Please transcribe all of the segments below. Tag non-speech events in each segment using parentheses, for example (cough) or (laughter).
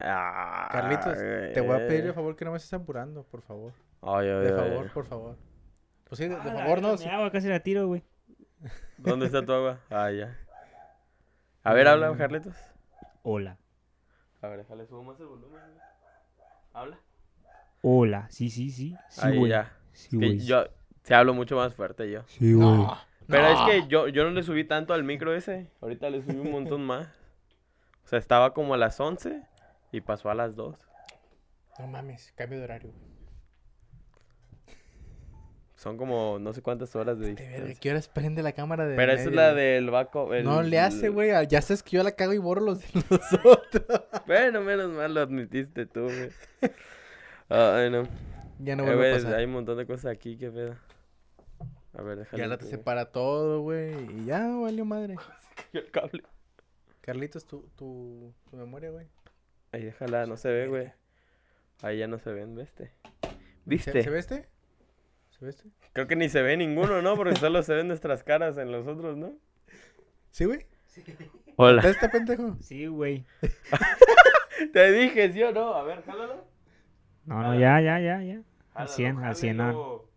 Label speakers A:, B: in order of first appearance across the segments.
A: Ah, eh.
B: Carlitos, te voy a pedir de favor que no me estés apurando, por favor.
A: Ay, ay,
B: De
A: ay.
B: favor, por favor. Pues sí, de
C: Ah, la
B: favor
C: verga,
B: no.
C: mi
B: sí.
C: agua casi la tiro, güey.
A: ¿Dónde está tu
B: (laughs)
A: agua? Ah, ya. A ver, habla,
B: Mm.
A: Carlitos.
C: Hola.
A: A ver, déjale, subo más el volumen. güey. Habla.
C: Hola. Sí, sí, sí. Sí,
A: Ahí
C: güey.
A: ya.
C: Sí,
A: Que
C: güey.
A: yo te hablo mucho más fuerte yo.
C: Sí, güey.
B: No,
A: Pero
B: no.
A: es que yo, yo no le subí tanto al micro ese. Ahorita le subí un montón más. O sea, estaba como a las 11 y pasó a las 2.
B: No mames, cambio de horario.
A: Son como no sé cuántas horas de
B: De verga,
A: distancia.
B: ¿qué horas prende la cámara de.
A: Pero
B: en
A: esa es
B: medio,
A: la
B: güey?
A: del vaco. el-
B: No le hace, güey. Ya sabes que yo la cago y borro los de
A: (laughs)
B: (laughs) nosotros.
A: Bueno, menos mal lo admitiste tú, güey.
B: (laughs)
A: Ay, no.
B: Ya no
A: Eh,
B: vuelve
A: güey,
B: a pasar.
A: hay un montón de cosas aquí, qué pedo. A ver, déjale.
B: Ya la te
A: que-
B: separa todo, güey. Y ya, valió madre.
A: (laughs) el cable.
B: Carlitos, tu, tu, tu memoria, güey.
A: Ahí déjala, no se ve, güey. Ahí ya no se ven, ¿viste?
B: ¿Se,
A: ¿Viste?
B: se ve este? ¿Se ve este?
A: Creo que ni se ve ninguno, ¿no? Porque solo se ven nuestras caras en los otros, ¿no?
B: ¿Sí, güey?
A: Hola.
B: ¿Ves este pendejo?
C: Sí, güey.
A: (laughs) Te dije, ¿sí o no? A ver, jálalo.
C: No, no, ya, ya, ya, ya.
A: Jálalo,
C: Al 100, al 100. ah.
A: jálalo.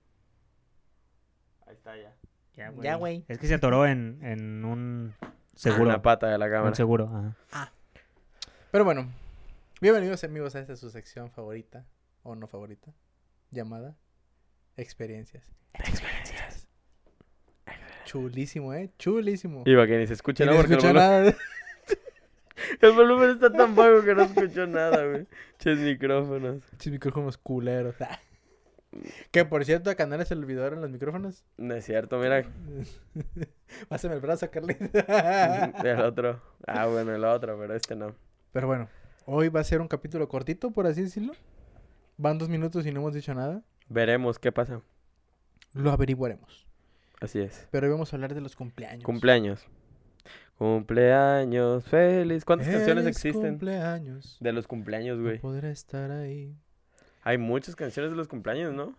A: Ahí está ya.
C: Ya,
B: Ya, güey.
C: Es que se atoró en, en un
A: Ah, En
C: seguro.
A: la pata de la
C: un
A: cámara.
C: seguro, ajá.
B: Pero bueno, bienvenidos amigos a esta su sección favorita, o no favorita, llamada Experiencias. Experiencias. Chulísimo, ¿eh? Chulísimo.
A: Iba que ni se escucha,
B: Y
A: ¿no?
B: no
A: Porque el
B: escucho
A: volumen,
B: nada de-
A: el volumen está tan bajo que no escucho nada, güey. Ches micrófonos.
B: Chis micrófonos culeros. (laughs) que por cierto, a Canales se le olvidaron los micrófonos.
A: No es cierto, mira.
B: Pásame el brazo,
A: (laughs)
B: Carlitos.
A: El otro. Ah, bueno, el otro, pero este no.
B: Pero bueno, hoy va a ser un capítulo cortito, por así decirlo. Van dos minutos y no hemos dicho nada.
A: Veremos qué pasa.
B: Lo averiguaremos.
A: Así es.
B: Pero hoy vamos a hablar de los cumpleaños.
A: Cumpleaños. Cumpleaños feliz. ¿Cuántas canciones
B: Feliz
A: existen
B: cumpleaños.
A: de los cumpleaños, güey?
B: No podré estar ahí.
A: Hay muchas canciones de los cumpleaños, ¿no?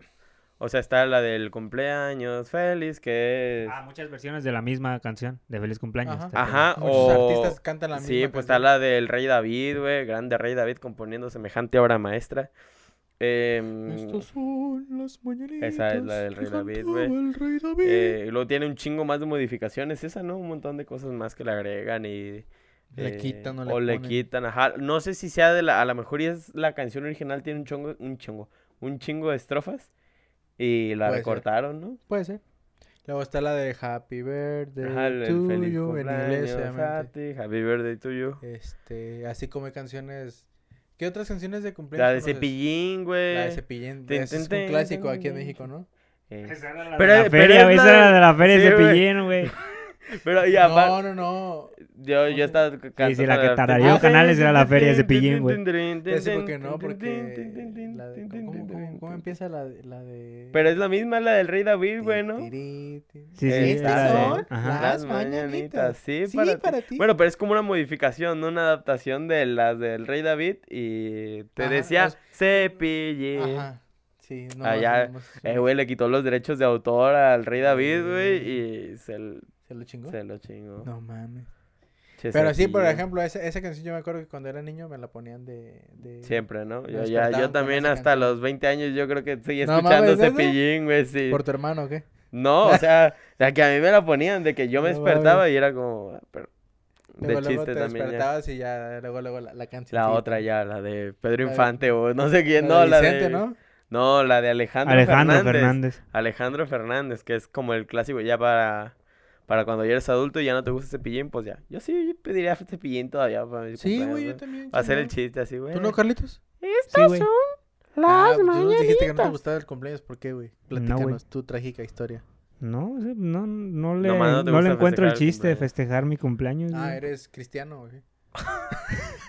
A: O sea, está la del cumpleaños feliz, que es...
C: Ah, muchas versiones de la misma canción, de Feliz Cumpleaños.
B: Ajá.
C: te acuerdas.
A: Ajá.
B: Muchos
A: Ah, o-
B: artistas cantan la misma
A: sí, pues está
B: canción.
A: la del Rey David, güey, grande Rey David componiendo semejante obra maestra. Em,
B: Estos son los mañanitos.
A: esa es la del
B: que
A: Rey David,
B: cantaba
A: güey.
B: el Rey David.
A: eh, y luego tiene un chingo más de modificaciones, esa, ¿no? Un montón de cosas más que le agregan y...
B: le
A: eh,
B: quitan o le,
A: o le
B: ponen.
A: quitan, ajá. No sé si sea de la... A lo mejor y es la canción original, tiene un chongo, un chongo, un chingo de estrofas y la
B: Puede ser.
A: recortaron, ¿no?
B: Puede ser. Luego está la de Happy Birthday
A: Ajá, el, el
B: to
A: feliz
B: you, en
A: cumpleaños
B: inglés,
A: a
B: obviamente.
A: ti, happy birthday to you.
B: Este, así como hay canciones. ¿Qué otras canciones de cumpleaños?
A: La de
B: conoces?
A: cepillín, güey.
B: Eh, La de Cepillín.
A: Tin,
B: ese es
A: tin,
B: un
A: tin,
B: clásico
A: tin,
B: aquí en
A: tin,
B: México,
A: tin.
B: ¿no?
A: Eh,
C: Esa era la de
A: Pero-
C: la
A: pero
C: feria,
A: es
C: güey,
A: la
C: esa era
A: de-
C: de la feria
A: sí,
C: de
A: güey.
C: Cepillín, güey.
A: Pero y
B: No,
A: aparte,
B: no, no.
A: yo, yo estaba
C: sí, la
A: cantando
C: que
A: de-
C: tarareó
A: Ah,
C: Canales era la
A: tin,
C: feria de
A: tin, tin,
C: Cepillín,
A: tin,
C: güey.
A: tin, tin,
B: Ya sé
A: tin,
B: por qué no,
A: tin, tin,
B: porque.
A: tin, tin,
B: la de-
A: tin, tin,
B: ¿cómo, cómo-
A: tin,
B: cómo- cómo
A: tin,
B: empieza la de, la de.?
A: Pero es la misma la del Rey David,
B: Tin,
A: güey, ¿no?
B: tiri, tin.
C: Sí, sí,
A: Estas
C: era la de-
A: son
C: ajá.
A: Las mañanitas, sí, para ti.
B: ti.
A: Bueno, pero es como una modificación, ¿no? Una adaptación de las del Rey David y te
B: Ajá,
A: decía
B: los-
A: cepillín.
B: Ajá. Sí, no.
A: Ah,
B: más,
A: ya,
B: no más,
A: Eh, güey, le quitó los derechos de autor al Rey David,
B: Mm.
A: güey, y se, l-
B: ¿Se lo chingó?
A: se lo chingó.
B: No mames.
A: Che,
B: Pero sí, por
A: Cepillín.
B: ejemplo, esa, esa canción yo me acuerdo que cuando era niño me la ponían de. de...
A: Siempre, ¿no?
B: Me
A: Yo, ya-
B: despertaban
A: yo
B: con
A: también
B: esa
A: hasta
B: canción.
A: los 20 años yo creo que seguí
B: No
A: escuchando
B: mames, ¿neta?
A: Cepillín, güey, sí.
B: ¿Por tu hermano o qué? (laughs)
A: No, o sea, de que a mí me la ponían, de que yo me
B: No
A: despertaba y era como... ah, pero-
B: Luego,
A: De
B: luego
A: chiste
B: te
A: también ya.
B: despertabas y ya, luego, luego la, la canción.
A: La otra ya, la de Pedro
B: La de-
A: Infante o no sé quién,
B: La
A: no,
B: de
A: la
B: Vicente,
A: de...
B: ¿no?
A: No, la de Alejandro,
C: Alejandro
A: Fernández.
C: Fernández.
A: Alejandro Fernández, que es como el clásico ya para, para cuando ya eres adulto y ya no te gusta Cepillín, pues ya. Yo sí pediría Cepillín todavía para mi
B: Sí,
A: cumpleaños,
B: güey,
A: güey.
B: yo también.
A: Hacer el
B: chingado.
A: chiste así, güey.
B: ¿Tú no, Carlitos?
C: Sí, güey.
B: Ah, pues tú nos dijiste que no te gustaba el cumpleaños, ¿por qué, güey?
C: güey.
B: Platícanos tu trágica historia.
C: No, o sea, no, no le,
A: Nomás no
C: no
A: te
C: le
A: gusta
C: encuentro el
A: festejar el
C: chiste de
A: cumpleaños.
C: festejar mi cumpleaños.
B: Ah,
C: güey.
B: eres cristiano, güey.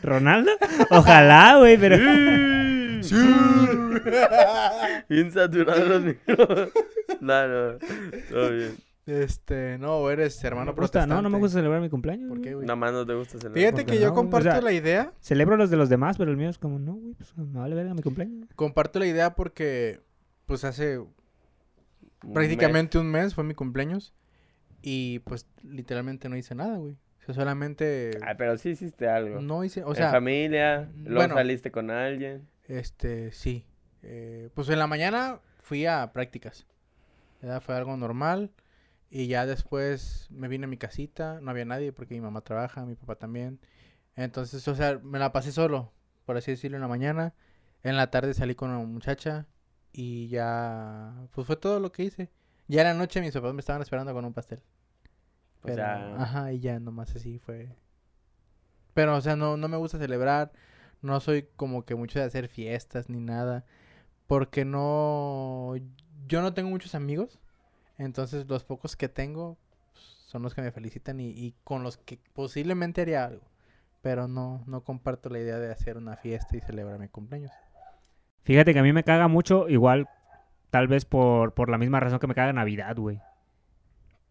C: ¿Ronaldo? (laughs) Ojalá, güey, pero...
A: Sí. (laughs) Bien saturado
B: (laughs)
A: los micrófonos. No, no, todo bien.
B: Este, no, eres
C: No
B: hermano
C: me gusta,
B: protestante.
C: no, no me gusta celebrar mi cumpleaños.
B: ¿Por
C: güey.
B: qué, güey?
A: Nada más no te gusta cenar.
B: Fíjate
C: Porque
B: que yo
C: no, güey. O
B: comparto
C: sea-
B: la idea,
C: Celebro los de los demás, pero el mío es como, no, güey, pues me vale verga mi cumpleaños.
B: comparto la idea porque, pues hace
A: Un mes.
B: prácticamente un mes fue mi cumpleaños y pues literalmente no hice nada, güey. O sea, solamente
A: Ah, pero sí hiciste algo.
B: no hice, o
A: en
B: sea,
A: familia, luego
B: bueno.
A: saliste con alguien.
B: este, sí. Eh, pues en la mañana fui a prácticas. ¿verdad? Fue algo normal. Y ya después me vine a mi casita, no había nadie porque mi mamá trabaja, mi papá también. Entonces, o sea, me la pasé solo, por así decirlo, en la mañana. En la tarde salí con una muchacha y ya, pues fue todo lo que hice. Ya en la noche mis papás me estaban esperando con un pastel.
A: O
B: Pero,
A: sea,
B: ajá, y ya nomás así fue. Pero, o sea, no, no me gusta celebrar. No soy como que mucho de hacer fiestas ni nada. Porque no. Yo no tengo muchos amigos. Entonces, los pocos que tengo pues, son los que me felicitan y, y con los que posiblemente haría algo. Pero no, no comparto la idea de hacer una fiesta y celebrar mi cumpleaños.
C: Fíjate que a mí me caga mucho, igual, tal vez por, por la misma razón que me caga Navidad, güey.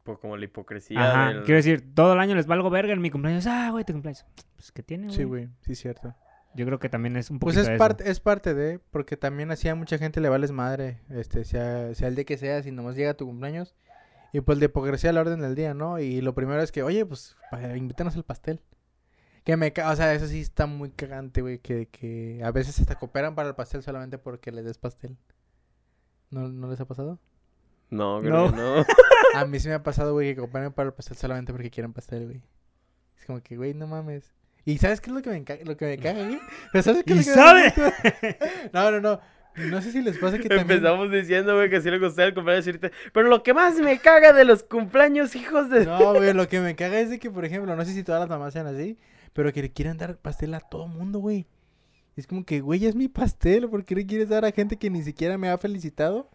A: pues como la hipocresía
C: Ajá.
A: del-
C: Quiero decir, todo el año les valgo verga en mi cumpleaños. Ah, güey, tu cumpleaños. Pues, ¿qué tiene, güey?
B: Sí, güey, sí, cierto.
C: Yo creo que también es un poquito
B: Pues es
C: de eso.
B: parte, es parte de, porque también así a mucha gente le vales madre, este, sea, sea el de que sea, si nomás llega tu cumpleaños. Y pues de hipocresía a la orden del día, ¿no? Y lo primero es que, oye, pues, pa- invítanos al pastel. Que me, ca- o sea, eso sí está muy cagante, güey, que, que a veces hasta cooperan para el pastel solamente porque les des pastel. ¿No, no les ha pasado?
A: No, creo
C: No.
A: que no.
B: A mí sí me ha pasado, güey, que cooperan para el pastel solamente porque quieren pastel, güey. Es como que, güey, no mames. ¿Y sabes qué es lo que me, enca- lo que me caga, güey? ¿Pero sabes qué es
C: ¿Y
B: lo que me
C: sabe?
B: gusta? (laughs) No, no, no. No sé si les
C: (laughs)
B: pasa que también...
A: Empezamos diciendo, güey, que sí le gustaba el cumpleaños y ahorita, Pero lo que más me caga de los cumpleaños, hijos de.
B: No, güey, lo que me caga es de que, por ejemplo, no sé si todas las mamás sean así, pero que le quieran dar pastel a todo mundo, güey. Es como que, güey, es mi pastel, ¿por qué le quieres dar a gente que ni siquiera me ha felicitado?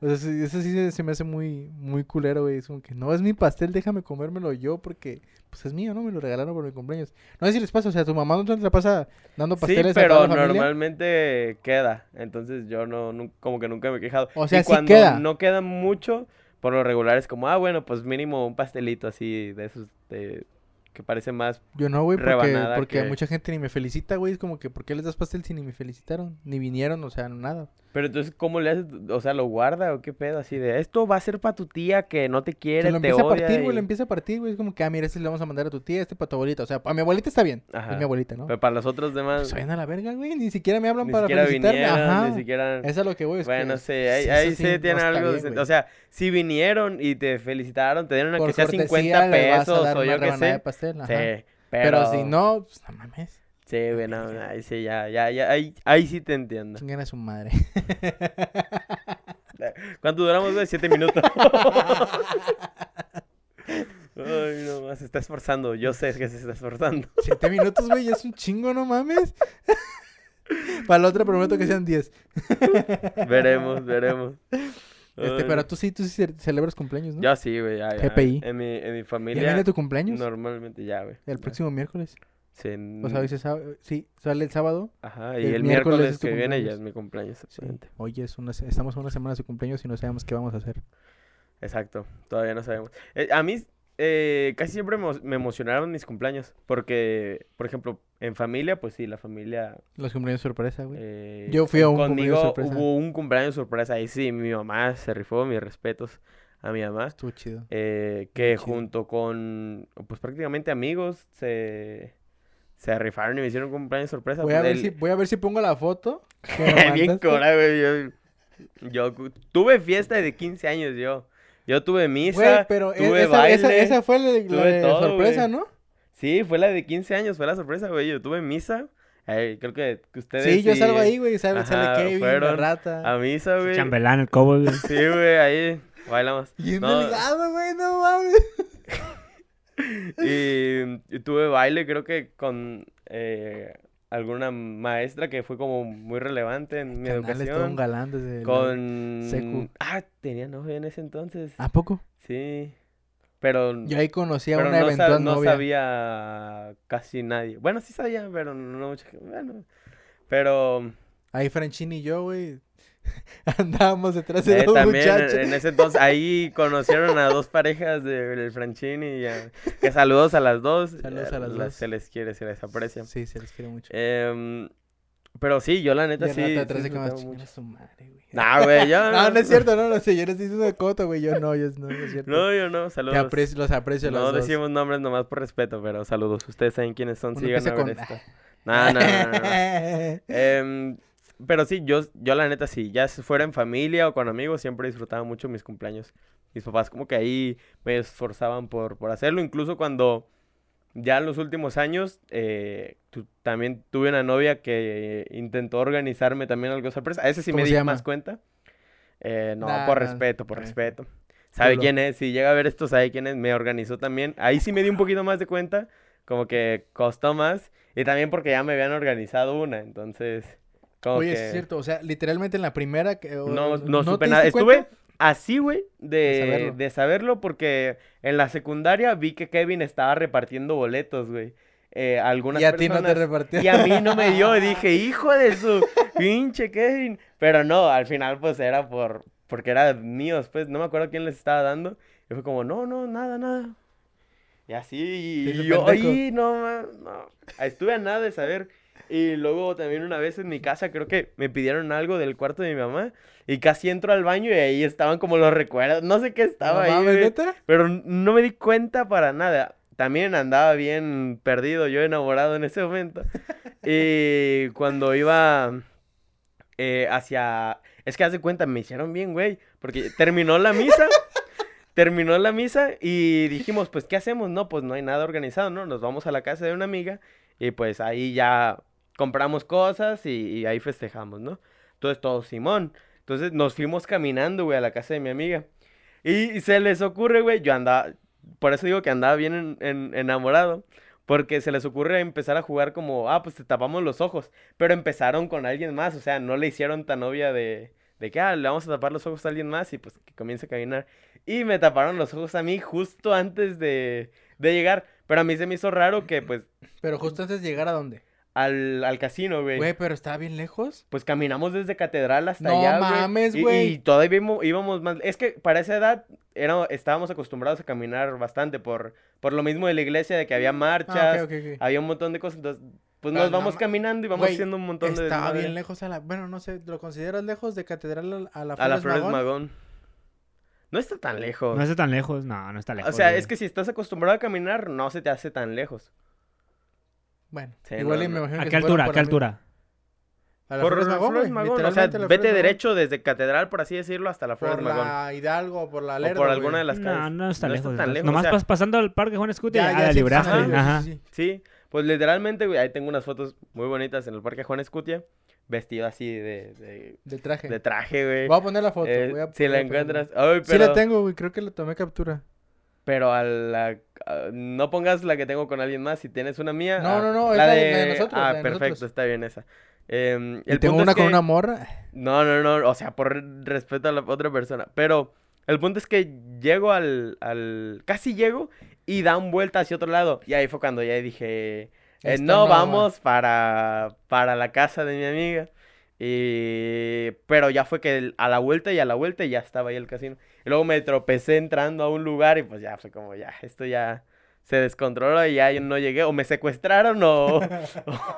B: O sea, sí- eso sí se, se me hace muy, muy culero, güey. Es como que, no, es mi pastel, déjame comérmelo yo, porque, pues es mío, ¿no? Me lo regalaron por mi cumpleaños. No sé si les pasa, o sea, tu mamá no te la pasa dando
A: Sí,
B: pasteles a
A: pero
B: toda la familia.
A: normalmente queda. Entonces yo no, nun- como que nunca me he quejado.
B: O sea,
A: y
B: sí
A: cuando
B: queda.
A: no queda mucho, por lo regular es como, ah, bueno, pues mínimo un pastelito así de esos de- que parece más.
B: Yo no, güey, porque,
A: rebanada
B: porque
A: que-
B: mucha gente ni me felicita, güey. Es como que, ¿por qué les das pastel si ni me felicitaron? Ni vinieron, o sea, nada.
A: Pero entonces, ¿cómo le haces? O sea, ¿lo guarda o qué pedo? Así de, esto va a ser para tu tía que no te quiere,
B: Se lo
A: te
B: empieza a
A: odia.
B: partir, güey,
A: y-
B: lo empieza a partir, güey. Es como que, ah, mira, este le vamos a mandar a tu tía, este para tu abuelita. O sea, a mi abuelita está bien.
A: Ajá.
B: Es mi abuelita, ¿no?
A: Pero para los otros demás,
B: Pues vayan a la verga, güey. Ni siquiera me hablan
A: ni
B: para
A: siquiera
B: felicitarme.
A: vinieron,
B: Ajá.
A: ni siquiera...
B: Eso es lo que voy. es pues que
A: Bueno,
B: es-
A: sí, ahí,
B: eso
A: ahí
B: sí
A: se
B: no
A: tiene
B: está
A: algo de
B: bien,
A: sen-
B: güey.
A: O sea, si vinieron y te felicitaron, te dieron
B: Por
A: aunque sea
B: cortesía
A: 50
B: le vas a
A: pesos
B: dar
A: o
B: una
A: yo qué
B: rebanada de
A: sé.
B: pastel, ajá.
A: Sí, pero...
B: pero... si no, pues no mames.
A: Sí, bueno,
B: (laughs)
A: ahí sí, ya, ya, ya, ahí, ahí sí te entiendo.
B: Chinguen a su madre. (laughs)
A: ¿Cuánto duramos, güey? Siete
B: (laughs)
A: minutos. Ay, no, más, se está esforzando. Yo sé que se está
B: (laughs)
A: esforzando.
B: Siete minutos, güey, ya es un chingo, no mames. (laughs) para la otra prometo que sean diez.
A: Veremos, veremos.
B: Este,
A: Ay,
B: pero tú sí, tú sí ce- celebras cumpleaños, ¿no?
A: Yo sí, güey, ya, ya.
B: GPI.
A: En mi, en mi
B: ¿Ya
A: familia,
B: viene tu cumpleaños?
A: normalmente ya, güey.
B: El
A: ya.
B: próximo miércoles.
A: Sí,
B: O sea, hoy se sabe- sí, sale el sábado.
A: Ajá, y el,
B: el
A: miércoles,
B: miércoles es tu
A: que viene ya
B: cumpleaños.
A: es mi cumpleaños,
B: Sí.
A: exactamente.
B: Oye, es una, se- estamos a una semana de su cumpleaños y no sabemos qué vamos a hacer.
A: Exacto, todavía no sabemos. Eh, a mí eh, casi siempre me, me emocionaron mis cumpleaños, porque, por ejemplo, en familia, pues sí, la familia...
B: Los cumpleaños sorpresa, güey.
A: eh,
B: Yo fui a un cumpleaños
A: Conmigo
B: sorpresa.
A: hubo un cumpleaños sorpresa, y sí, mi mamá se rifó, mis respetos a mi mamá,
B: Estuvo chido.
A: eh, que
B: chido.
A: junto con, pues prácticamente amigos, se, se rifaron y me hicieron un cumpleaños sorpresa.
B: Voy a,
A: pues,
B: ver
A: el-
B: si, voy a ver si pongo la foto. que me
A: (laughs) Bien
B: mandaste.
A: cora, güey. Yo, yo cu- tuve fiesta de 15 años, yo. Yo tuve misa,
B: Güey, pero e-
A: tuve
B: esa, esa-
A: baile,
B: esa fue la, de- la
A: tuve
B: de
A: todo,
B: sorpresa,
A: güey.
B: ¿no?
A: Sí, fue la de 15 años, fue la sorpresa, güey. Yo tuve misa. eh, creo que, que ustedes.
B: Sí, yo salgo ahí, güey. Sale,
A: Ajá,
B: sale Kevin,
A: fueron
B: la rata.
A: A misa, güey.
C: Chambelán, el cobo,
A: (laughs)
C: güey.
A: Sí, güey, ahí bailamos.
B: (laughs) Bien
A: No,
B: delgado, güey, no mames.
A: y, y tuve baile, creo que con eh, alguna maestra que fue como muy relevante en mi
B: Canales, todo un
A: educación.
B: galán desde... la-
A: Con.
B: secu.
A: Ah, tenía novia en ese entonces.
B: ¿A poco?
A: Sí. Pero.
B: Yo ahí conocí a
A: pero
B: una
A: no, sab-
B: eventual
A: no
B: novia.
A: sabía casi nadie. Bueno, sí sabía, pero no mucha gente. Bueno,
B: (laughs)
A: pero
B: Ahí Franchini y yo, güey, (laughs) andábamos detrás
A: eh,
B: de dos
A: también en-
B: muchachos.
A: en ese entonces ahí conocieron a dos parejas del Franchini. Y a- que saludos a las dos.
B: (laughs) Saludos a las dos.
A: Se les quiere, se les aprecia.
B: Sí, se les quiere mucho.
A: Em, Pero sí, yo la
B: Y
A: neta
B: al
A: sí.
B: rato
A: sí
B: atrás de que más,
A: disfrutaba
B: "Chinga
A: mucho.
B: su madre, güey.
A: Nah, güey, yo.
B: (laughs) No, no es cierto, no, no sé, yo les hice una cota, güey, yo no, yo no, no es cierto.
A: No, yo no,
B: Te
A: saludos.
B: aprecio- los aprecio
A: no
B: los dos.
A: decimos nombres nomás por respeto, pero saludos. Ustedes saben quiénes son,
B: Uno
A: sigan
B: empieza
A: a ver
B: con-
A: esto.
B: (laughs)
A: No, no, no, no, no. Em, pero sí, yo, yo la neta sí, ya si fuera en familia o con amigos, siempre disfrutaba mucho mis cumpleaños. Mis papás como que ahí me esforzaban por, por hacerlo, incluso cuando ya en los últimos años eh, tu- también tuve una novia que eh, intentó organizarme también algo sorpresa. A ese sí me
B: ¿Cómo se
A: di
B: llama?
A: más cuenta. Eh, no,
B: Nah,
A: por
B: nah,
A: respeto, por
B: ok.
A: respeto. Sabe
B: Culo.
A: quién es, si llega a ver esto, sabe quién es, me organizó también. Ahí sí me di un poquito más de cuenta, como que costó más. Y también porque ya me habían organizado una, entonces. Como
B: (laughs) Oye,
A: que
B: es cierto, o sea, literalmente en la primera que... o-
A: No, no
B: te
A: supe
B: diste
A: nada.
B: cuenta?
A: Estuve así, güey, de,
B: saberlo.
A: de saberlo, porque en la secundaria vi que Kevin estaba repartiendo boletos, güey. Eh, a algunas
B: Y a ti no te
A: personas.
B: repartió.
A: Y a mí no me
B: (laughs)
A: dio. y Dije, hijo de su pinche Kevin. Pero no, al final pues era por... Porque era míos, pues. No me acuerdo quién les estaba dando. Y fue como, no, no, nada, nada. Y así, y,
B: Te hizo
A: y yo,
B: pendejo.
A: "Ay, no, ma- no. Estuve a nada de saber. Y luego también una vez en mi casa, creo que me pidieron algo del cuarto de mi mamá. Y casi entro al baño y ahí estaban como los recuerdos. No sé qué estaba
B: No
A: ahí,
B: mames,
A: güey.
B: ¿neta?
A: Pero n- no me di cuenta para nada. También andaba bien perdido, yo enamorado en ese momento. Y cuando iba eh, hacia... Es que haz de cuenta, me hicieron bien, güey. Porque terminó la misa. terminó la misa y dijimos, pues, ¿qué hacemos? No, pues no hay nada organizado, ¿no? Nos vamos a la casa de una amiga y pues ahí ya compramos cosas y, y ahí festejamos, ¿no? Entonces todo Simón. Entonces nos fuimos caminando, güey, a la casa de mi amiga. Y se les ocurre, güey, yo andaba, por eso digo que andaba bien en- en- enamorado, porque se les ocurre empezar a jugar como, ah, pues te tapamos los ojos, pero empezaron con alguien más, o sea, no le hicieron tan obvia de, de que, ah, le vamos a tapar los ojos a alguien más y pues que comience a caminar. Y me taparon los ojos a mí justo antes de, de llegar, pero a mí se me hizo raro que pues
B: Pero justo antes de llegar a dónde.
A: al, al casino, güey.
B: Güey, pero estaba bien lejos.
A: Pues caminamos desde Catedral hasta
B: No
A: allá.
B: mames,
A: Y-
B: güey.
A: Y, todavía íbamo- íbamos más. Es que para esa edad era, estábamos acostumbrados a caminar bastante por, por lo mismo de la iglesia, de que había marchas,
B: Ah, ok, ok, ok.
A: había un montón de cosas. Entonces, pues
B: Pero
A: nos
B: no
A: vamos
B: ma-
A: caminando y vamos
B: Güey,
A: haciendo un montón de.
B: Estaba
A: desmadre.
B: bien lejos a la... Bueno, no sé, ¿lo consideras lejos de Catedral a la,
A: A la
B: Flores
A: Flores
B: Magón?
A: Magón. No está tan lejos.
C: No está tan lejos, no, no está lejos.
A: o sea,
C: güey.
A: es que si estás acostumbrado a caminar, no se te hace tan lejos.
B: Bueno,
A: Sí,
B: igual
A: no,
B: y me
A: no.
B: imagino
C: ¿A
B: que
C: qué
B: se fueron
C: altura? ¿A
B: por
C: qué
B: la mi-
C: altura?
B: A la
A: por
B: Flores Magón,
A: Flores
B: güey,
A: Magón, O sea,
B: literalmente la
A: vete
B: Flores Magón.
A: derecho desde Catedral, por así decirlo, hasta la Flores
B: Por
A: Magón.
B: la Hidalgo o por la
A: o
B: Lerdo,
A: por
B: güey.
A: alguna de las calles.
C: No, no está
A: No
C: lejos.
A: está tan
C: entonces,
A: lejos,
C: Nomás
A: o sea-
C: pas- pasando al parque Juan Escute,
B: Ya,
C: ya,
B: ya
C: la
B: sí
C: libraste.
B: existe, güey,
C: Ajá.
B: sí, sí.
A: Sí, pues literalmente, güey, ahí tengo unas fotos muy bonitas en el Parque Juan Escutia, vestido así de, de,
B: De traje.
A: de traje, güey.
B: Voy a poner la foto.
A: Eh,
B: voy a-
A: si
B: voy
A: la
B: a ponerla.
A: encuentras, ay,
B: Sí la
A: pero,
B: tengo, güey. Creo que le tomé captura.
A: pero a la, a- no pongas la que tengo con alguien más, si tienes una mía.
B: No,
A: ah,
B: no, no, es la de- la de nosotros,
A: Ah,
B: la de
A: perfecto,
B: nosotros.
A: está bien esa. Em,
B: Y
A: el punto
B: tengo
A: es
B: una con
A: que- eh,
B: una morra.
A: No, no, no, o sea, por respeto a la otra persona. Pero el punto es que llego al, al... Casi llego y dan vuelta hacia otro lado. Y ahí fue cuando ya dije, eh,
B: Esta
A: no,
B: no va".
A: vamos para, para la casa de mi amiga. Y... Pero ya fue que el- a la vuelta y a la vuelta ya estaba ahí el casino. Y luego me tropecé entrando a un lugar y pues ya fue como, ya, esto ya se descontroló y ya yo no llegué. O me secuestraron
B: (laughs)
A: o... o,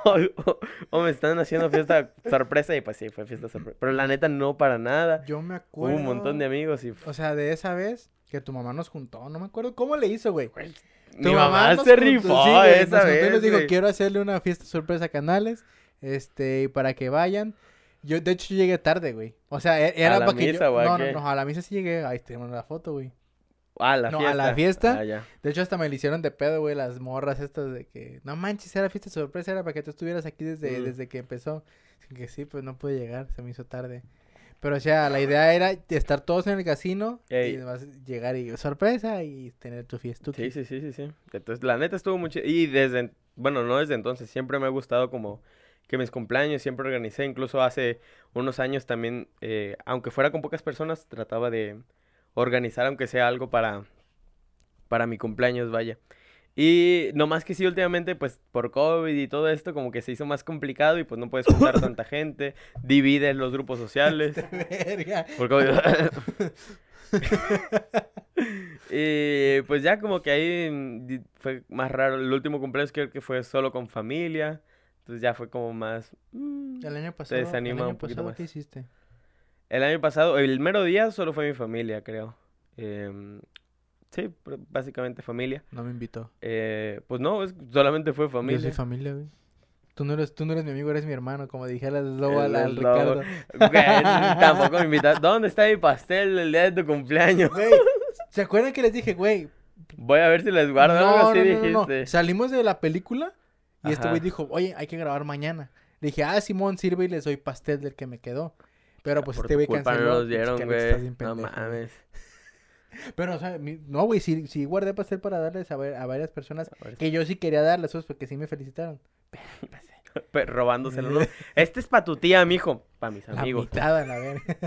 A: o- o me están haciendo fiesta sorpresa y pues sí, fue fiesta sorpresa. Pero la neta no para nada.
B: Yo me
A: Hubo
B: acuerdo.
A: un montón de amigos y...
B: O sea, de esa vez que tu mamá nos juntó. No me acuerdo cómo le hizo, güey. Tu
A: Mi mamá
B: nos
A: se
B: juntó-
A: rifó
B: sí, güey, nos
A: esa
B: juntó y
A: vez.
B: nos dijo,
A: güey.
B: quiero hacerle una fiesta sorpresa a Canales. Este, y para que vayan. Yo, de hecho, yo llegué tarde, güey. O sea, e- era
A: ¿A la
B: para que yo-
A: misa o a
B: No,
A: qué?
B: no, no, a la misa sí llegué. Ahí tenemos la foto, güey.
A: A la
B: No, a
A: fiesta.
B: la fiesta.
A: Ah, ya.
B: De hecho, hasta me le hicieron de pedo, güey, las morras estas de que, no manches, era fiesta sorpresa, era para que tú estuvieras aquí desde,
A: Mm.
B: desde que empezó. Así Que sí, pues no pude llegar, se me hizo tarde. Pero, o sea, la idea era estar todos en el casino
A: Ey.
B: y además llegar y sorpresa y tener tu fiesta.
A: Sí, sí, sí, sí, sí. Entonces, la neta estuvo mucho... Y desde... en- Bueno, no desde entonces. Siempre me ha gustado como que mis cumpleaños siempre organicé. Incluso hace unos años también, eh, aunque fuera con pocas personas, trataba de organizar aunque sea algo para, para mi cumpleaños, vaya. Y nomás que sí, últimamente, pues por COVID y todo esto, como que se hizo más complicado y pues no puedes juntar tanta gente, divides los grupos sociales.
B: (laughs) Verga.
A: Porque (laughs) Y pues ya como que ahí mm, di- fue más raro. El último cumpleaños creo que fue solo con familia. Entonces ya fue como más... mm,
B: El año pasado. el
A: desanima
B: año
A: un poquito
B: pasado,
A: más.
B: ¿Qué hiciste?
A: El año pasado, el mero día solo fue mi familia, creo. Em, sí, pr- básicamente familia.
B: No me invitó.
A: Eh, pues no, es- solamente fue familia.
B: Yo soy familia, güey. Tú no, eres, tú no eres mi amigo, eres mi hermano, como dije a la Slobo,
A: El
B: al, al
A: Slobo.
B: Ricardo.
A: (laughs) Güey, tampoco me invitaste. ¿Dónde está mi pastel el día de tu cumpleaños?
B: Güey, ¿se acuerdan que les dije, güey?
A: Voy a ver si les guardo algo así,
B: no,
A: dijiste.
B: Salimos de la película y este
A: Ajá.
B: güey dijo, oye, hay que grabar mañana. Le dije, ah, Simón, sirve y les doy pastel del que me quedó. Pero pues
A: Por
B: este
A: tu
B: güey
A: culpa
B: canceló.
A: no nos
B: pinche
A: dieron,
B: Carlos, estás
A: güey.
B: bien
A: No
B: pendejo, güey.
A: mames.
B: Pero, o sea, mi- no, güey, sí, sí guardé pastel para darles a, ver- a varias personas
A: A ver,
B: que yo sí quería darles, pues, porque sí me felicitaron. Pero, pues,
A: pe- Robándoselo,
B: (laughs)
A: ¿no? Este es para tu tía, mijo. Para mis
B: la
A: amigos.
B: mitad, a la verga.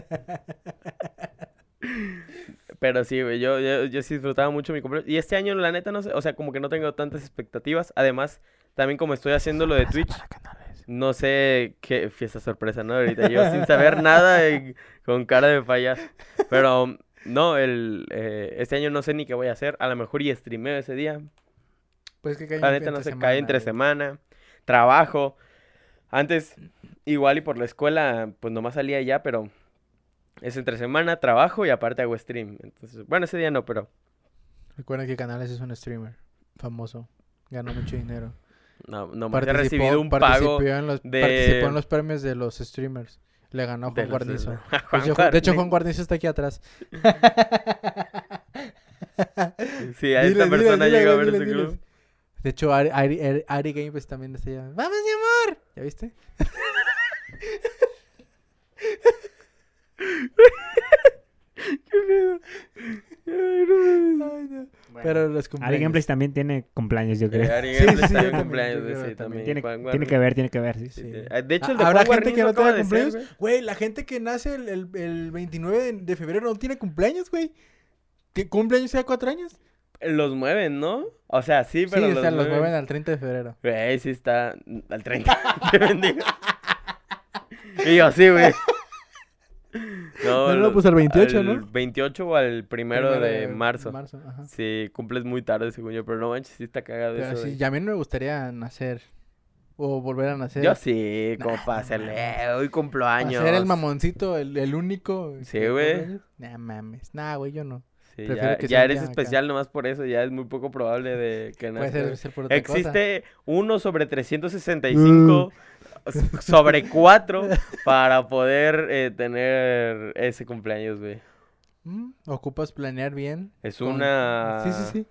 A: Pero sí, güey, yo, yo, yo sí disfrutaba mucho mi cumpleaños. Y este año, la neta, no sé, o sea, como que no tengo tantas expectativas. Además, también como estoy haciendo lo de (laughs) Twitch, no sé qué fiesta sorpresa, ¿no? Ahorita yo sin saber nada, eh, con cara de payaso. Pero, no, el, eh, este año no sé ni qué voy a hacer. A lo mejor y streameo ese día.
B: Pues que cae
A: La
B: un
A: neta, no
B: entre
A: sé, cae entre
B: güey.
A: semana, trabajo. Antes, igual y por la escuela, pues nomás salía y ya, pero es entre semana, trabajo y aparte hago stream. Entonces, bueno, ese día no, pero...
B: Recuerden que Canales es un streamer famoso. Ganó mucho dinero.
A: No, nomás he recibido un pago
B: participó en los,
A: de-
B: participó en los premios de los streamers. Le ganó a
A: de
B: Juan
A: los-
B: Guarnizo.
A: a
B: De
A: (laughs) Juan
B: hecho, Ju- De hecho, Juan
A: Guarnizo.
B: Guarnizo está
A: (laughs)
B: aquí atrás.
A: Sí, a
B: Diles,
A: esta
B: diles,
A: persona
B: diles,
A: llega a ver
B: diles,
A: su
B: diles.
A: club.
B: De hecho, Ari, Ari, Ari- Ari Gameplays también está allá. ¡Vamos, mi amor! ¿Ya viste? (laughs) Ay, no. Pero los
C: Ari
B: cumpleaños.
C: Gameplays también tiene cumpleaños, yo creo.
A: Eh, Ari
B: Sí,
A: Gameplays
B: sí, sí, yo
A: también
B: también,
A: cumpleaños,
B: yo creo
A: sí,
B: que
A: también,
C: Tiene,
A: Juan
C: tiene que
A: Guarnizo.
C: ver, tiene que ver, sí.
B: Sí.
A: Sí, tiene- ah, De hecho, el de
B: Ha-
A: Juan
B: Habrá gente que
A: Guarnizo
B: no
A: acaba
B: tenga
A: de ser,
B: cumpleaños. Güey, la gente que nace el, el- el 29 de, de febrero no tiene cumpleaños, güey. ¿Qué cumpleaños sea cuatro años?
A: güey. Los mueven, ¿no? O sea, sí,
B: Sí,
A: pero
B: o sea, los
A: mueven.
B: mueven al 30 de febrero.
A: Güey, sí está al (laughs) 30. Te bendigo. Y yo, sí, güey.
B: No, no, pues, al 28, ¿no?
A: Al 28 o al primero, de marzo.
B: marzo ajá.
A: Sí, cumples muy tarde, según yo, pero no manches, sí está cagado
B: Pero
A: eso.
B: sí,
A: de-
B: ya a mí no me gustaría nacer o volver a nacer.
A: Yo sí, como
B: Nah,
A: para
B: no
A: hacerle,
B: mames.
A: eh, hoy cumplo años.
B: Hacer el mamoncito, el, el único.
A: Sí,
B: que
A: güey.
B: cumpleaños. Nah, mames. Nah, güey, yo no.
A: Sí,
B: Prefiero
A: ya,
B: que
A: ya
B: sea
A: eres
B: ya acá.
A: especial nomás por eso, ya es muy poco probable de que
B: Puede
A: nazca.
B: ser, ser por otra cosa.
A: Existe uno sobre 365
B: Mm.
A: s- sobre
B: (laughs)
A: 4 para poder eh, tener ese cumpleaños, güey.
B: Mm, Ocupas planear bien.
A: Es
B: con-
A: una
B: Sí, sí, sí.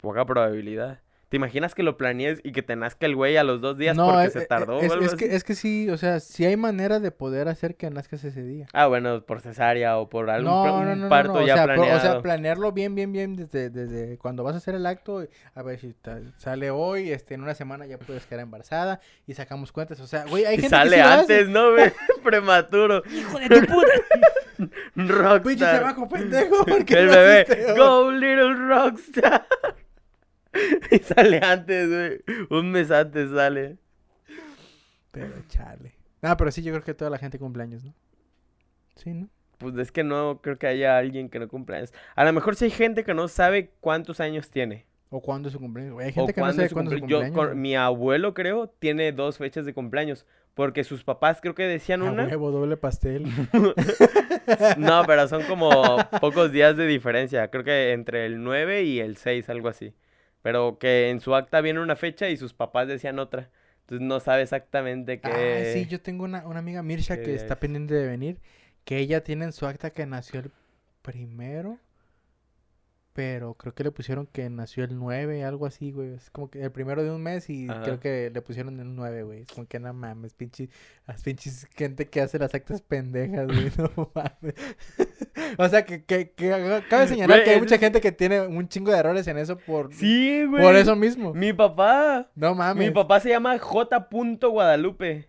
A: poca probabilidad. ¿Te imaginas que lo planees y que te nazca el güey a los dos días porque
B: eh,
A: se
B: eh,
A: tardó? o
B: Es,
A: algo
B: es que,
A: así?
B: es que sí, o sea, sí hay manera de poder hacer que nazcas ese día.
A: Ah, bueno, por cesárea o por algún
B: No,
A: pla-
B: no,
A: un
B: no, no, no,
A: parto
B: o
A: ya
B: sea, pro-
A: planeado.
B: O sea, planearlo bien, bien, bien desde, desde cuando vas a hacer el acto. A ver si ta- sale hoy, este, en una semana ya puedes quedar embarazada y sacamos cuentas. O sea, güey, hay
A: Y
B: gente que
A: sale
B: sí lo hace.
A: antes, ¿no,
B: (laughs)
A: güey? Prematuro.
C: ¡Hijo de tu
A: (laughs)
C: puta!
B: Pinche
A: Rockstar. (laughs)
B: chamaco pendejo, ¿por qué
A: El
B: lo
A: bebé,
B: hiciste, güey?
A: Go Little Rockstar. (laughs) y sale antes, güey. Un mes antes sale.
B: Pero chale. No, pero sí, yo creo que toda la gente cumpleaños, ¿no? Sí, ¿no?
A: Pues es que no creo que haya alguien que no cumpla años. A lo mejor sí hay gente que no sabe cuántos años tiene.
B: ¿O cuándo es su cumpleaños? güey. Hay
A: O
B: gente que no
A: cuándo
B: sabe
A: es su
B: cuándo es su
A: cumple- Yo,
B: cumpleaños.
A: con-
B: güey.
A: mi abuelo, creo, tiene dos fechas de cumpleaños. Porque sus papás creo que decían
B: A
A: una.
B: huevo, doble pastel.
A: No, pero son como pocos días de diferencia. Creo que entre el 9 y el 6, algo así. Pero que en su acta viene una fecha y sus papás decían otra. Entonces no sabe exactamente qué.
B: Ah, sí, yo tengo una, una amiga Mirsha
A: qué
B: que está
A: es?
B: pendiente de venir, que ella tiene en su acta que nació el primero, pero creo que le pusieron que nació el 9, algo así, güey. Es como que el primero de un mes y
A: Ajá.
B: creo que le pusieron el 9, güey. Es como que no mames, pinche, las pinches gente que hace las actas pendejas, güey, (laughs) no mames. o sea, que, que, que haga- cabe señalar
A: Güey,
B: que hay
A: ese
B: mucha
A: es-
B: gente que tiene un chingo de errores en eso por,
A: Sí, güey.
B: por eso mismo.
A: Mi papá.
B: No
A: Mi
B: mames,
A: papá se llama J. Guadalupe.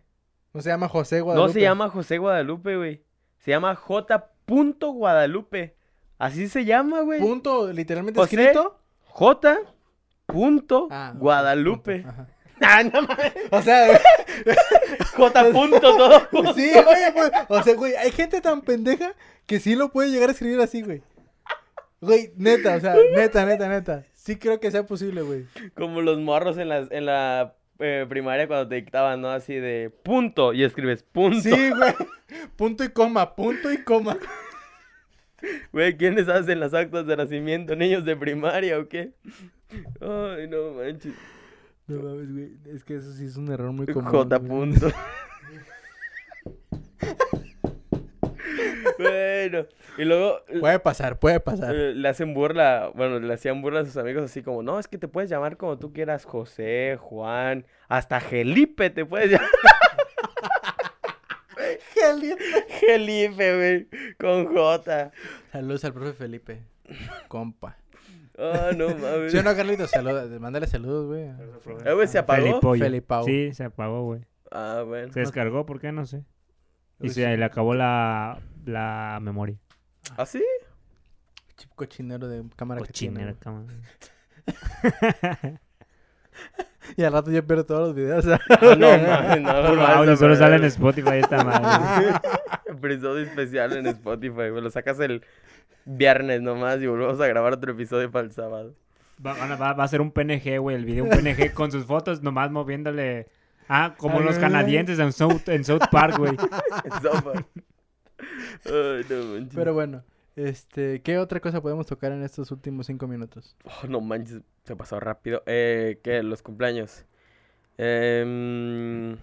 B: no se llama José Guadalupe.
A: No se llama José Guadalupe, güey. Se llama J. Guadalupe. Así se llama, güey.
B: Punto, literalmente
A: José
B: escrito.
A: J. punto
B: Ah, ok,
A: Guadalupe.
B: punto, ajá.
A: (laughs) Ah, no mames.
B: O sea, (laughs)
A: J. punto todo. junto.
B: sí, güey, güey. O sea, güey, hay gente tan pendeja que sí lo puede llegar a escribir así, güey. Güey, neta, o sea, neta, neta, neta. Sí creo que sea posible, güey.
A: Como los morros en las, en la eh, primaria cuando te dictaban, ¿no? Así de punto y escribes punto.
B: Sí, güey. Punto y coma, punto y coma.
A: Güey, ¿quiénes hacen las actas de nacimiento? ¿Niños de primaria o qué? Ay, no manches.
B: No mames, güey. Es que eso sí es un error muy común.
A: J.
B: güey.
A: Punto. (laughs) bueno, y luego eh,
B: Puede pasar, puede pasar.
A: eh, le hacen burla, bueno, le hacían burla a sus amigos así como, no, es que te puedes llamar como tú quieras, José, Juan, hasta Gelipe te puedes llamar. Gelipe, güey, con J.
B: Saludos al profe Felipe. Compa.
A: Ah, no mames.
B: Yo no, Carlitos, saludos. Mándale saludos, güey.
A: Eh, güey, se apagó.
C: Felipollo.
B: Felipao.
C: Sí, se apagó, güey.
A: Ah, bueno.
C: Se descargó, ¿por qué? No sé. Y
B: Uy,
C: se le acabó la, la memoria.
A: ¿Ah, sí?
B: Chip cochinero de cámara que tiene,
C: Cochinero,
B: güey.
C: cámara.
B: (laughs) Y al rato yo pierdo todos los videos.
A: Ah, (laughs) no mames, no
C: Puro
A: mames,
C: audio, solo
A: pero-
C: sale en Spotify esta madre.
A: (laughs) Episodio especial en Spotify, güey. Lo sacas el viernes nomás y volvemos a grabar otro episodio para el sábado.
C: Va, van a- va- va a ser un PNG, güey, el video, un
A: (laughs)
C: PNG con sus fotos nomás moviéndole. Ah, como
B: Ay,
C: los
B: ay,
C: canadienses en South, en South
B: (laughs)
C: Park, güey.
A: (laughs) Sopa. Ay, no manches.
B: Pero bueno, este, ¿qué otra cosa podemos tocar en estos últimos cinco minutos?
A: Oh, no manches, se pasó rápido. Eh, ¿qué? Los cumpleaños. Em,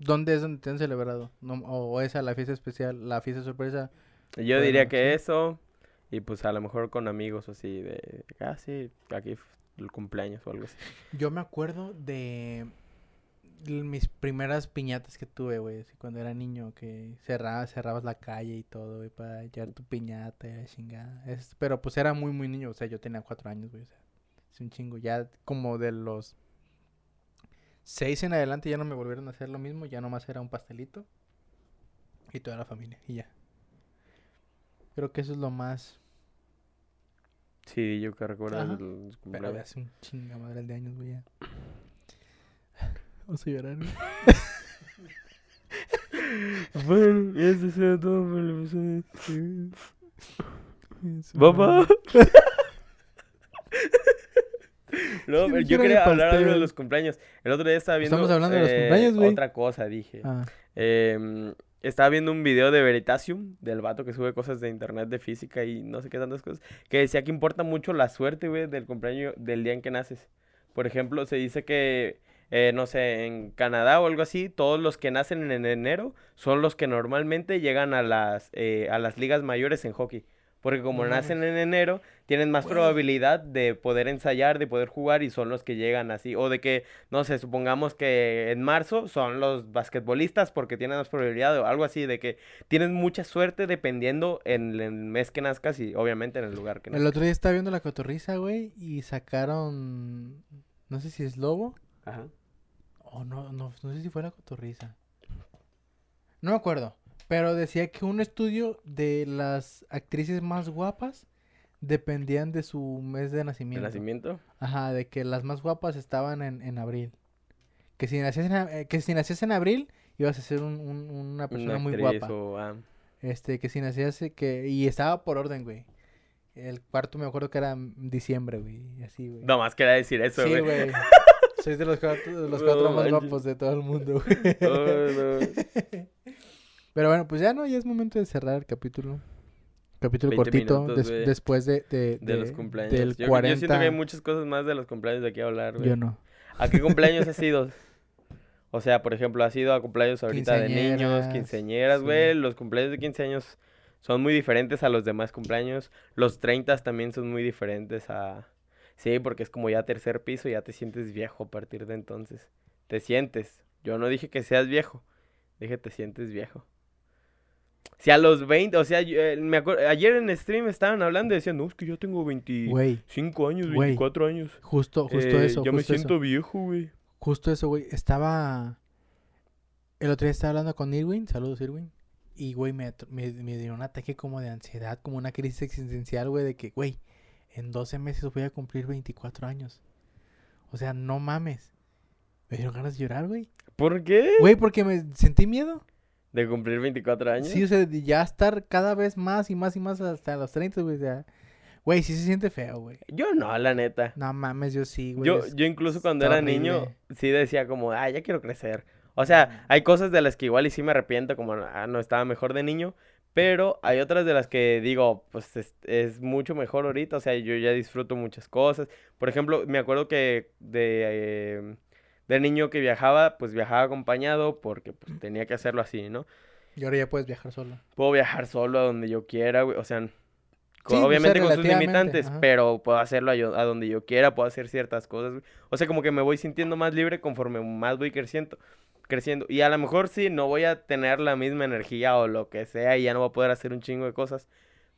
B: ¿Dónde es donde te han celebrado? No, o, o esa, la fiesta especial, la fiesta sorpresa.
A: yo
B: Bueno,
A: diría que eso. Y pues a lo mejor con amigos o así de casi aquí f- el cumpleaños o algo así.
B: Yo me acuerdo de l- mis primeras piñatas que tuve, güey, así cuando era niño, que cerraba, cerrabas la calle y todo, güey, para echar tu piñata y la chingada. Es- pero pues era muy, muy niño, o sea, yo tenía cuatro años, güey, o sea, es un chingo. Ya como de los seis en adelante ya no me volvieron a hacer lo mismo, ya nomás era un pastelito y toda la familia, y ya. Creo que eso es lo más...
A: Sí, yo que recuerdo
B: Ajá.
A: el- los
B: Pero
A: cumpleaños.
B: hace un chinga madre de años, güey. ya. (sighs) Vamos a llorar, güey.
A: Bueno, y eso sea todo por el episodio. de este.
B: Eso, (laughs)
A: ¡Papá!
B: güey.
A: No,
B: ¿Quién
A: pero yo
B: quiere
A: quería
B: el
A: hablar algo de
B: pastel?
A: los cumpleaños. El otro día estaba viendo. eh,
B: Estamos hablando de los cumpleaños, güey.
A: Otra cosa, dije.
B: Ah,
A: Em, estaba viendo un video de Veritasium, del vato que sube cosas de internet, de física y no sé qué tantas cosas. Que decía que importa mucho la suerte, güey, del cumpleaños, del día en que naces. Por ejemplo, se dice que. eh, no sé, en Canadá o algo así, todos los que nacen en enero son los que normalmente llegan a las, eh, a las ligas mayores en hockey. Porque como
B: No mames.
A: nacen en enero, tienen más probabilidad de poder ensayar, de poder jugar y son los que llegan así. O de que, no sé, supongamos que en marzo son los basquetbolistas porque tienen más probabilidad o algo así, de que tienen mucha suerte dependiendo en el mes que nazcas y obviamente en el lugar que
B: el
A: nazcas.
B: otro día estaba viendo la cotorriza, güey, y sacaron. No sé si es lobo.
A: Ajá.
B: O no, no, no sé si fue la cotorriza. No me acuerdo. Pero decía que un estudio de las actrices más guapas dependían de su mes de
A: ¿El
B: nacimiento.
A: nacimiento?
B: Ajá, de que las más guapas estaban en, en abril. Que si nacías en, a- eh, que si nacías en abril, ibas a ser un- un- una persona
A: Una
B: muy
A: actriz
B: guapa.
A: o, ah,
B: Este, que si nacías, eh, que... Y estaba por orden, güey. El cuarto me acuerdo que era mm, diciembre, güey. y Así, güey.
A: No más quería decir eso,
B: sí,
A: güey. (laughs)
B: güey. Sois de los cuatro, de los
A: No
B: cuatro más
A: manches.
B: guapos de todo el mundo, güey.
A: (laughs) Ay, Oh, no.
B: Pero bueno, pues ya no, ya es momento de cerrar el capítulo. Capítulo
A: 20
B: cortito,
A: minutos,
B: des-
A: güey.
B: después de, de,
A: De los
B: (laughs) de-
A: cumpleaños.
B: Del
A: yo,
B: 40.
A: yo siento que hay muchas cosas más de los cumpleaños de qué hablar, güey.
B: Yo no.
A: ¿A qué cumpleaños has ido? O sea, por ejemplo, has ido a cumpleaños ahorita de niños,
B: Quinceañeras,
A: quinceañeras,
B: sí.
A: güey. Los cumpleaños de 15 años son muy diferentes a los demás cumpleaños. Los 30 también son muy diferentes a... Sí, porque es como ya tercer piso, ya te sientes viejo a partir de entonces. Te sientes. Yo no dije que seas viejo. Dije te sientes viejo. Si a los 20, o sea, yo, eh, me acuer- ayer en stream estaban hablando y decían, no, es que yo tengo 25
B: Güey,
A: años,
B: güey,
A: 24 años.
B: justo, justo
A: Eh,
B: eso.
A: Ya me
B: justo eso.
A: siento viejo, güey.
B: Justo eso, güey. Estaba. El otro día estaba hablando con Irwin. Saludos, Irwin. Y, güey, me, atro- me, me dio un ataque como de ansiedad, como una crisis existencial, güey, de que, güey, en 12 meses voy a cumplir 24 años. O sea, no mames. Me dieron ganas de llorar, güey.
A: ¿Por qué?
B: Güey, porque me sentí miedo.
A: ¿De cumplir 24 años?
B: Sí, o sea, de ya estar cada vez más y más y más hasta los 30, güey. o sea, Güey, sí se siente feo, güey.
A: Yo no, la neta.
B: No mames, yo sí, güey.
A: Yo,
B: es-
A: yo incluso cuando
B: está
A: era niño,
B: horrible.
A: sí decía como, ah, ya quiero crecer. O sea, hay cosas de las que igual y sí me arrepiento, como, ah, no estaba mejor de niño. Pero hay otras de las que digo, pues es, es mucho mejor ahorita. O sea, yo ya disfruto muchas cosas. Por ejemplo, me acuerdo que de, eh, de niño que viajaba, pues viajaba acompañado porque pues, tenía que hacerlo así, ¿no?
B: Y ahora ya puedes viajar solo.
A: Puedo viajar solo a donde yo quiera, güey. O sea, co-
B: Sí, o sea,
A: obviamente con sus
B: relativamente,
A: limitantes,
B: ajá.
A: pero puedo hacerlo a, yo- a donde yo quiera, puedo hacer ciertas cosas. güey. O sea, como que me voy sintiendo más libre conforme más voy creciendo. creciendo. Y a lo mejor sí, no voy a tener la misma energía o lo que sea y ya no voy a poder hacer un chingo de cosas.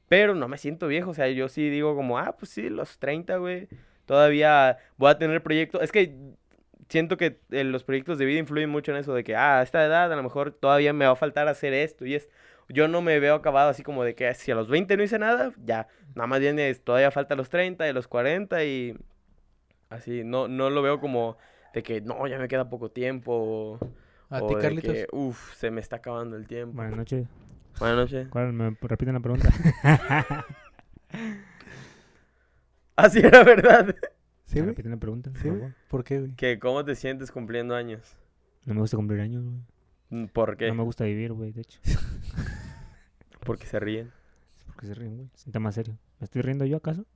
A: Pero no me siento viejo, o sea, yo sí digo como, ah, pues sí, los 30, güey, todavía voy a tener proyectos. Es que siento que eh, los proyectos de vida influyen mucho en eso, de que, ah, a esta edad a lo mejor todavía me va a faltar hacer esto y es Yo no me veo acabado así como de que si a los 20 no hice nada, ya, nada más bien es, todavía falta los 30 y los 40 y así, no, no lo veo como de que, no, ya me queda poco tiempo. o-
B: A
A: o
B: ti,
A: de
B: Carlitos.
A: que, Uf, se me está acabando el tiempo.
C: Buenas noches.
A: Buenas noches. (laughs)
C: ¿Cuál? ¿Me repiten la pregunta? (laughs)
A: Así era verdad. (laughs)
B: ¿Sí,
C: ¿Me
B: güey?
C: repiten la pregunta? por
B: ¿Sí, güey?
C: favor?
B: ¿Por qué, güey?
A: Que cómo te sientes cumpliendo años.
C: No me gusta cumplir años, güey.
A: Mm, ¿Por qué?
C: No me gusta vivir, güey, de hecho.
A: Porque se ríen.
C: Es porque Pues, se ríen, güey. Se sienta más serio. ¿Me estoy riendo yo, acaso?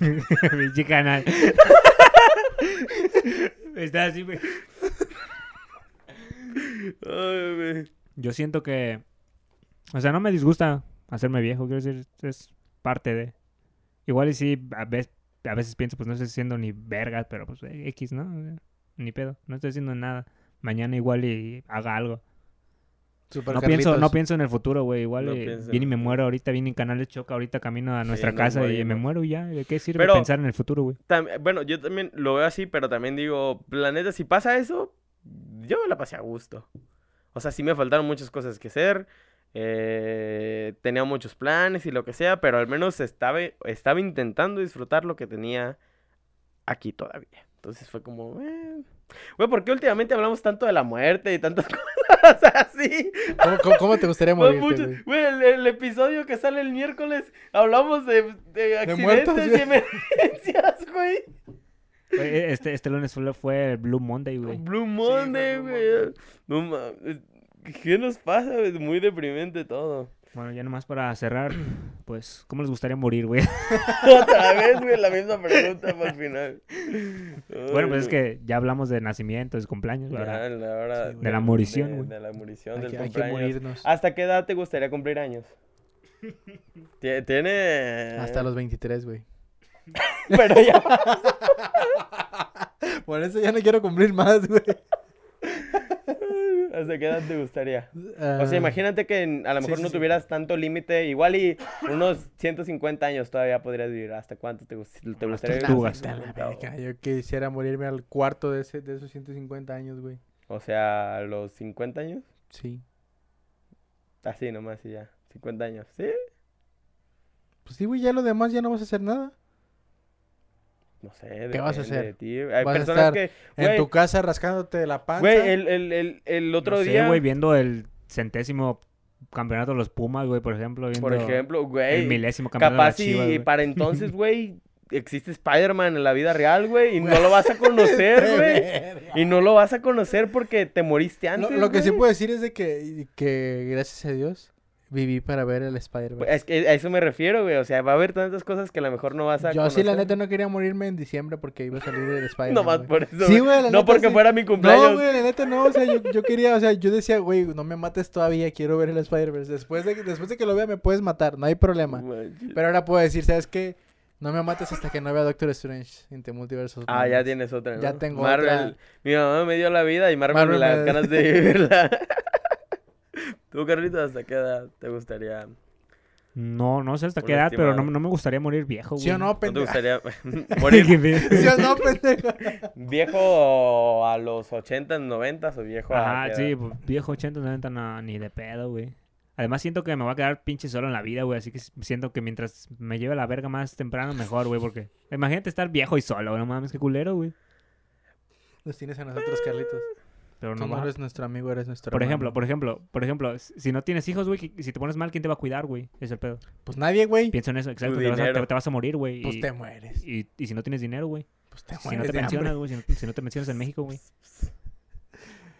C: (laughs) Pinche (laughs) canal. Está así, güey.
A: Ay, güey.
C: Yo siento que. O sea, no me disgusta hacerme viejo, quiero decir, es parte de. Igual y sí, a veces, a veces pienso, pues no estoy haciendo ni vergas, pero pues eh, X, ¿no? Ni pedo, no estoy haciendo nada. Mañana igual y haga algo.
B: Super
C: no pienso, no pienso en el futuro, güey. Igual
A: No
C: y
A: piensa en
C: viene y
A: el
C: me muero ahorita, viene en canales choca, ahorita camino a nuestra
A: nos
C: casa y me
A: morimos.
C: muero y ya. ¿De qué sirve
A: Pero-
C: pensar en el
A: (laughs)
C: futuro, güey?
A: Tam- bueno, yo también lo veo así, pero también digo, la neta, si pasa eso, yo me la pasé a gusto. O sea, sí me faltaron muchas cosas que hacer. eh, tenía muchos planes y lo que sea, pero al menos estaba, estaba intentando disfrutar lo que tenía aquí todavía. Entonces fue como, eh. Güey, ¿por qué últimamente hablamos tanto de la muerte y tantas (laughs) cosas así?
B: ¿Cómo, cómo, cómo
A: (laughs)
B: te gustaría
A: Fue
B: morirte,
A: mucho-
B: güey?
A: güey, el, el episodio que sale el miércoles hablamos de, de accidentes
B: muertos,
A: y emergencias, (laughs) güey.
C: Güey, eh, Este, este lunes fue, fue el Blue Monday, güey.
A: Blue Monday,
B: Blue
A: güey. No mames. ¿Qué nos pasa? güey? Es muy deprimente todo. (laughs)
C: Bueno, ya nomás para cerrar, pues, ¿cómo les gustaría morir, güey? (laughs)
A: Otra vez, güey, la misma pregunta para el final.
C: Bueno, pues es que ya hablamos de nacimientos, cumpleaños, ¿verdad?
B: Sí, güey.
C: de la morición, güey.
A: Ah, De, la morición,
B: Hay
A: del
B: que, hay que
A: cumpleaños. Ah,
B: morirnos.
A: ¿Hasta qué edad te gustaría cumplir años? Tie- Tiene...
B: Hasta los 23, güey.
A: (laughs) Pero ya...
B: Por eso ya no quiero cumplir más, güey.
A: ¿Hasta qué edad te gustaría? O
B: Ah,
A: sea, imagínate que en- a lo
B: Sí,
A: mejor
B: sí,
A: no
B: sí.
A: tuvieras tanto límite, igual y unos 150 años todavía podrías vivir. ¿Hasta cuánto te, gust- te
C: Unas
A: gustaría vivir?
C: tortugas.
B: vete a la verga, Yo quisiera morirme al cuarto de, ese, de esos 150 años, güey.
A: O sea, a los 50 años.
B: Sí.
A: Así nomás y ya. 50 años. ¿Sí?
B: Pues sí, güey, ya lo demás ya no vas a hacer nada.
A: No sé.
B: ¿Qué vas a
A: depende
B: hacer?
A: de ti. Hay
B: ¿Vas a
A: personas
B: estar
A: que.
B: En
A: Güey,
B: tu casa rascándote la panza.
A: güey,
B: (laughs)
A: el, el, el, el otro
C: No sé,
A: día.
C: güey, viendo el centésimo campeonato de los Pumas, güey, por ejemplo.
A: por
C: viendo
A: ejemplo,
C: El
A: güey.
C: milésimo campeonato
A: Capaz
C: de las Chivas,
A: y
C: güey.
A: para
B: (laughs)
A: entonces, güey, existe Spider-Man en la vida real, güey. Y no lo
B: (laughs)
A: vas a conocer, güey. Y no lo vas a conocer porque te moriste
B: Lo,
A: antes.
B: lo que sí
A: güey.
B: puedo decir es de que, que gracias a Dios viví para ver el Spider-Man.
A: Pues, Es que a eso me refiero, güey. O sea, va a haber tantas cosas que a lo mejor no vas a.
B: Yo sí, la
A: conocer.
B: neta, no quería morirme en diciembre porque iba a
A: (laughs)
B: salir el Spider-Man.
A: Nomás
B: güey.
A: por eso. güey.
B: Sí, güey, la
A: No
B: neta,
A: porque
B: sí.
A: fuera mi cumpleaños.
B: No, güey, la neta no, o sea, yo, yo quería, o sea, yo decía, güey, no me mates todavía, quiero ver el Spider-Verse. Después de, que- después de que lo vea me puedes matar, no hay problema.
A: Manches.
B: Pero ahora puedo decir, ¿sabes qué? No me mates hasta que no vea Doctor Strange en The Multiverse of
A: Ah, ya
B: Madness".
A: tienes otra, ¿no?
B: pues, Ya tengo
A: Marvel.
B: otra.
A: Mi mamá me dio la vida y Marvel,
B: Marvel
A: las
B: me-
A: ganas de (laughs) vivirla. Tú, Carlitos, ¿hasta qué edad te gustaría? ¿No
C: No, no sé hasta
A: Un
C: qué edad, pero no,
A: lastimado.
C: no me gustaría morir viejo, güey.
B: ¿Sí
C: (laughs)
B: o no,
A: te
B: pendejo?
A: gustaría
B: (laughs)
C: Qué (laughs)
A: morir
C: feo.
B: ¿Sí o no, pendejo?
A: viejo a los 80, 90 o viejo a
B: Ah,
C: Ajá,
A: qué
C: sí,
A: edad?
C: pues, viejo 80, 90, no, ni de pedo, güey. Además, siento que me voy a quedar pinche solo en la vida, güey. Así que s- siento que mientras me lleve la verga más temprano, mejor, güey. Porque imagínate estar viejo y solo, güey, no mames, qué culero, güey.
B: Los tienes a nosotros, Carlitos.
C: Pero
B: Tú no
C: nomás-
B: eres nuestro amigo, eres nuestro
C: Por ejemplo,
B: hermano.
C: por ejemplo, por ejemplo, si si no tienes hijos, güey, que- si te pones mal, ¿quién te va a cuidar, güey? Es el pedo.
B: Pues nadie, güey.
C: Pienso en eso, exacto.
A: Tu
C: Te vas, a,
A: dinero.
C: te- te vas a morir, güey.
B: Pues
C: y,
B: te mueres.
C: y, y si no tienes dinero, güey.
B: Pues te
C: Si no
B: mueres
C: te
B: de hambre.
C: mencionas, güey. Si, no, si no te mencionas en México, güey.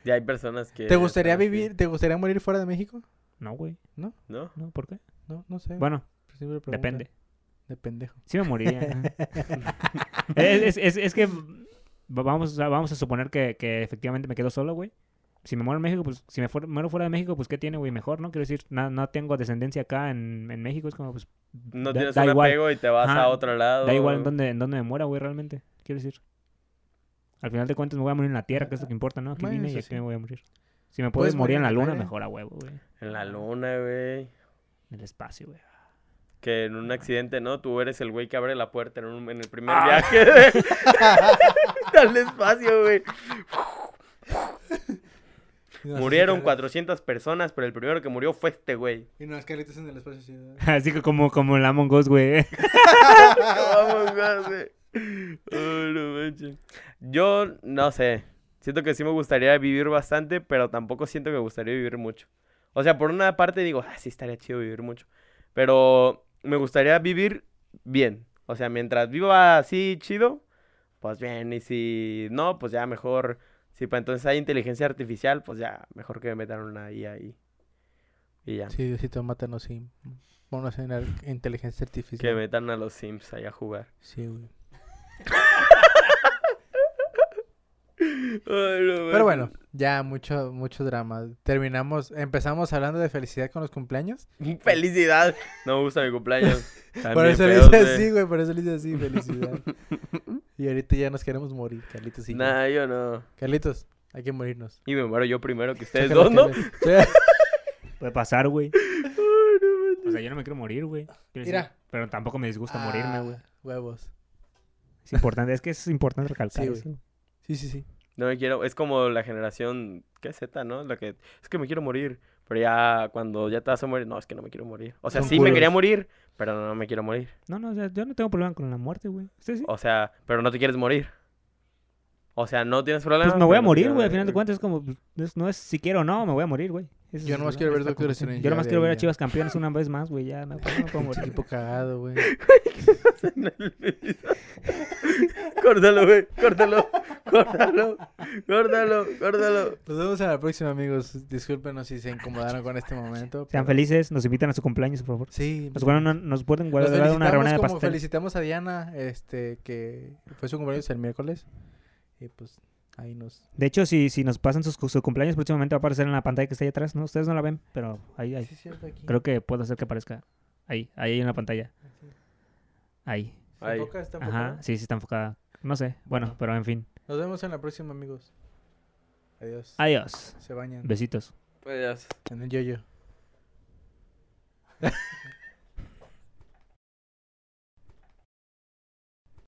A: Ya hay personas que...
B: ¿Te gustaría
A: están así,
B: vivir, te gustaría morir fuera de México?
C: No, güey.
A: ¿No?
C: No, ¿por qué?
B: No, no sé. Pues
C: Bueno,
B: siempre pregunta.
C: depende.
B: De pendejo.
C: Sí me moriría.
A: (laughs)
C: ajá. es, es- es- es que va- vamos, a- vamos a suponer que, que efectivamente me quedo solo, güey. Si me muero en México, pues si me fuer- muero fuera de México, pues ¿qué tiene, güey? Mejor, ¿no? Quiero decir, no, no tengo descendencia acá en, en México. Es como, pues,
A: No
C: da-
A: tienes
C: da
A: un
C: igual.
A: apego y te vas
C: Ajá,
A: a otro lado.
C: Da igual en dónde, en dónde me muera, güey, realmente. Quiero decir. Al final de cuentas me voy a morir en la tierra, que es lo que importa, ¿no? Aquí
B: Bueno,
C: vine y
B: eso
C: aquí
B: sí.
C: me voy a morir. Si me
B: Puedes
C: puedes morir en la
B: morir en el
C: luna,
B: aire.
C: mejor a huevo, güey.
A: En la luna, güey.
C: En el espacio, güey. (laughs)
A: Que en un accidente, ¿no? Tú eres el güey que abre la puerta en, un- en el primer
C: Ah.
A: viaje. de- Al espacio, güey.
B: Y no,
A: Murieron
B: así,
A: 400 personas, pero el primero que murió fue este güey.
B: Y no, es que ahorita es en el espacio. sí, ¿verdad?
C: Así que como, como el Among Us, güey.
A: Vamos, güey. Ay, no manches. Yo no sé. Siento que sí me gustaría vivir bastante, pero tampoco siento que me gustaría vivir mucho. O sea, por una parte digo, ah, sí estaría chido vivir mucho. Pero me gustaría vivir bien. O sea, mientras viva así chido, pues bien. Y si no, pues ya mejor. Si para entonces hay inteligencia artificial, pues ya mejor que me metan una IA ahí. Y ya.
B: Sí, Diosito, mátanos sí. Vámonos en la inteligencia
A: Que
B: artificial.
A: metan a los Sims ahí a jugar.
B: Sí, güey.
A: Ay, no
B: Pero
A: manches.
B: bueno, ya mucho, mucho drama. Terminamos, empezamos hablando de felicidad con los cumpleaños.
C: (laughs)
A: Felicidad. No me gusta mi cumpleaños. Están
B: por
A: Ah, bien
B: eso le
A: feos, eh.
B: hice
A: güey.
B: así, güey, por eso le hice así,
A: (laughs)
B: felicidad. y ahorita ya nos queremos morir, Carlitos y yo.
A: Nah, yo no.
B: Carlitos, hay que morirnos.
A: Y me muero yo primero que ustedes dos,
B: Chécale,
A: ¿no?
B: chécale. Sí.
C: Puede pasar, güey. O sea, yo no me quiero morir, güey. Quiero decir,
B: Mira.
C: Pero tampoco me disgusta morirme, güey.
B: Ah, Huevos.
C: Es importante, es que es importante recalcar
B: Sí, güey.
C: eso.
B: Sí, sí, sí.
A: No me quiero. Es como la generación. ¿Qué Z, no? La que. Es que me quiero morir. Pero ya cuando ya te vas a morir. No, es que no me quiero morir. O sea,
B: Son
A: sí me
B: culos.
A: quería morir. Pero no me quiero morir.
C: No, no, o sea, yo no tengo problema con la muerte, güey. ¿Usted sí?
A: O sea, pero no te quieres morir. O sea, no tienes problema.
C: Pues me voy
A: pero
C: a
A: no
C: morir,
A: quiero
C: güey. Al final de
A: (laughs)
C: cuentas es como, es- no es si quiero o no, me voy a morir, güey. Eso
B: Yo
C: es-
B: nomás
C: es
B: quiero ver
C: la
B: Doctor
C: conclusión.
B: Strange,
C: Yo
B: ya
C: nomás
B: de
C: quiero ver
B: ahí,
C: a
B: ya.
C: Chivas campeones una vez más, güey. Ya, no, no
B: (laughs)
C: me puedo
B: Pinche
C: morir.
B: equipo cagado, güey.
A: (laughs) Córtalo, güey. Córtalo. Córtalo. Córtalo. Córtalo.
B: Nos vemos en la próxima, amigos. Discúlpenos si se incomodaron con este momento.
C: Sean
B: pero-
C: felices, nos invitan a su cumpleaños, por favor.
B: Sí.
C: Nos, guardan una- nos pueden
B: Nos
C: guardar
B: felicitamos
C: una rebanada de
B: como
C: pastel.
B: felicitamos a Diana, este, que fue su cumpleaños el miércoles. Y pues ahí nos...
C: De hecho, si, si nos pasan sus, su cumpleaños, próximamente va a aparecer en la pantalla que está ahí atrás, ¿no? Ustedes no la ven, pero ahí, ahí.
B: Sí, es cierto, aquí.
C: Creo que puedo hacer que aparezca ahí, ahí en la pantalla. Ahí.
B: ¿Está
A: Ay.
B: enfocada? ¿Está
C: Ajá,
B: enfocada?
C: sí, sí está enfocada. No sé, bueno, pero en fin.
B: Nos vemos en la próxima, amigos. Adiós.
C: Adiós.
B: Se bañan
C: Besitos.
A: Pues ya.
B: en el yoyo.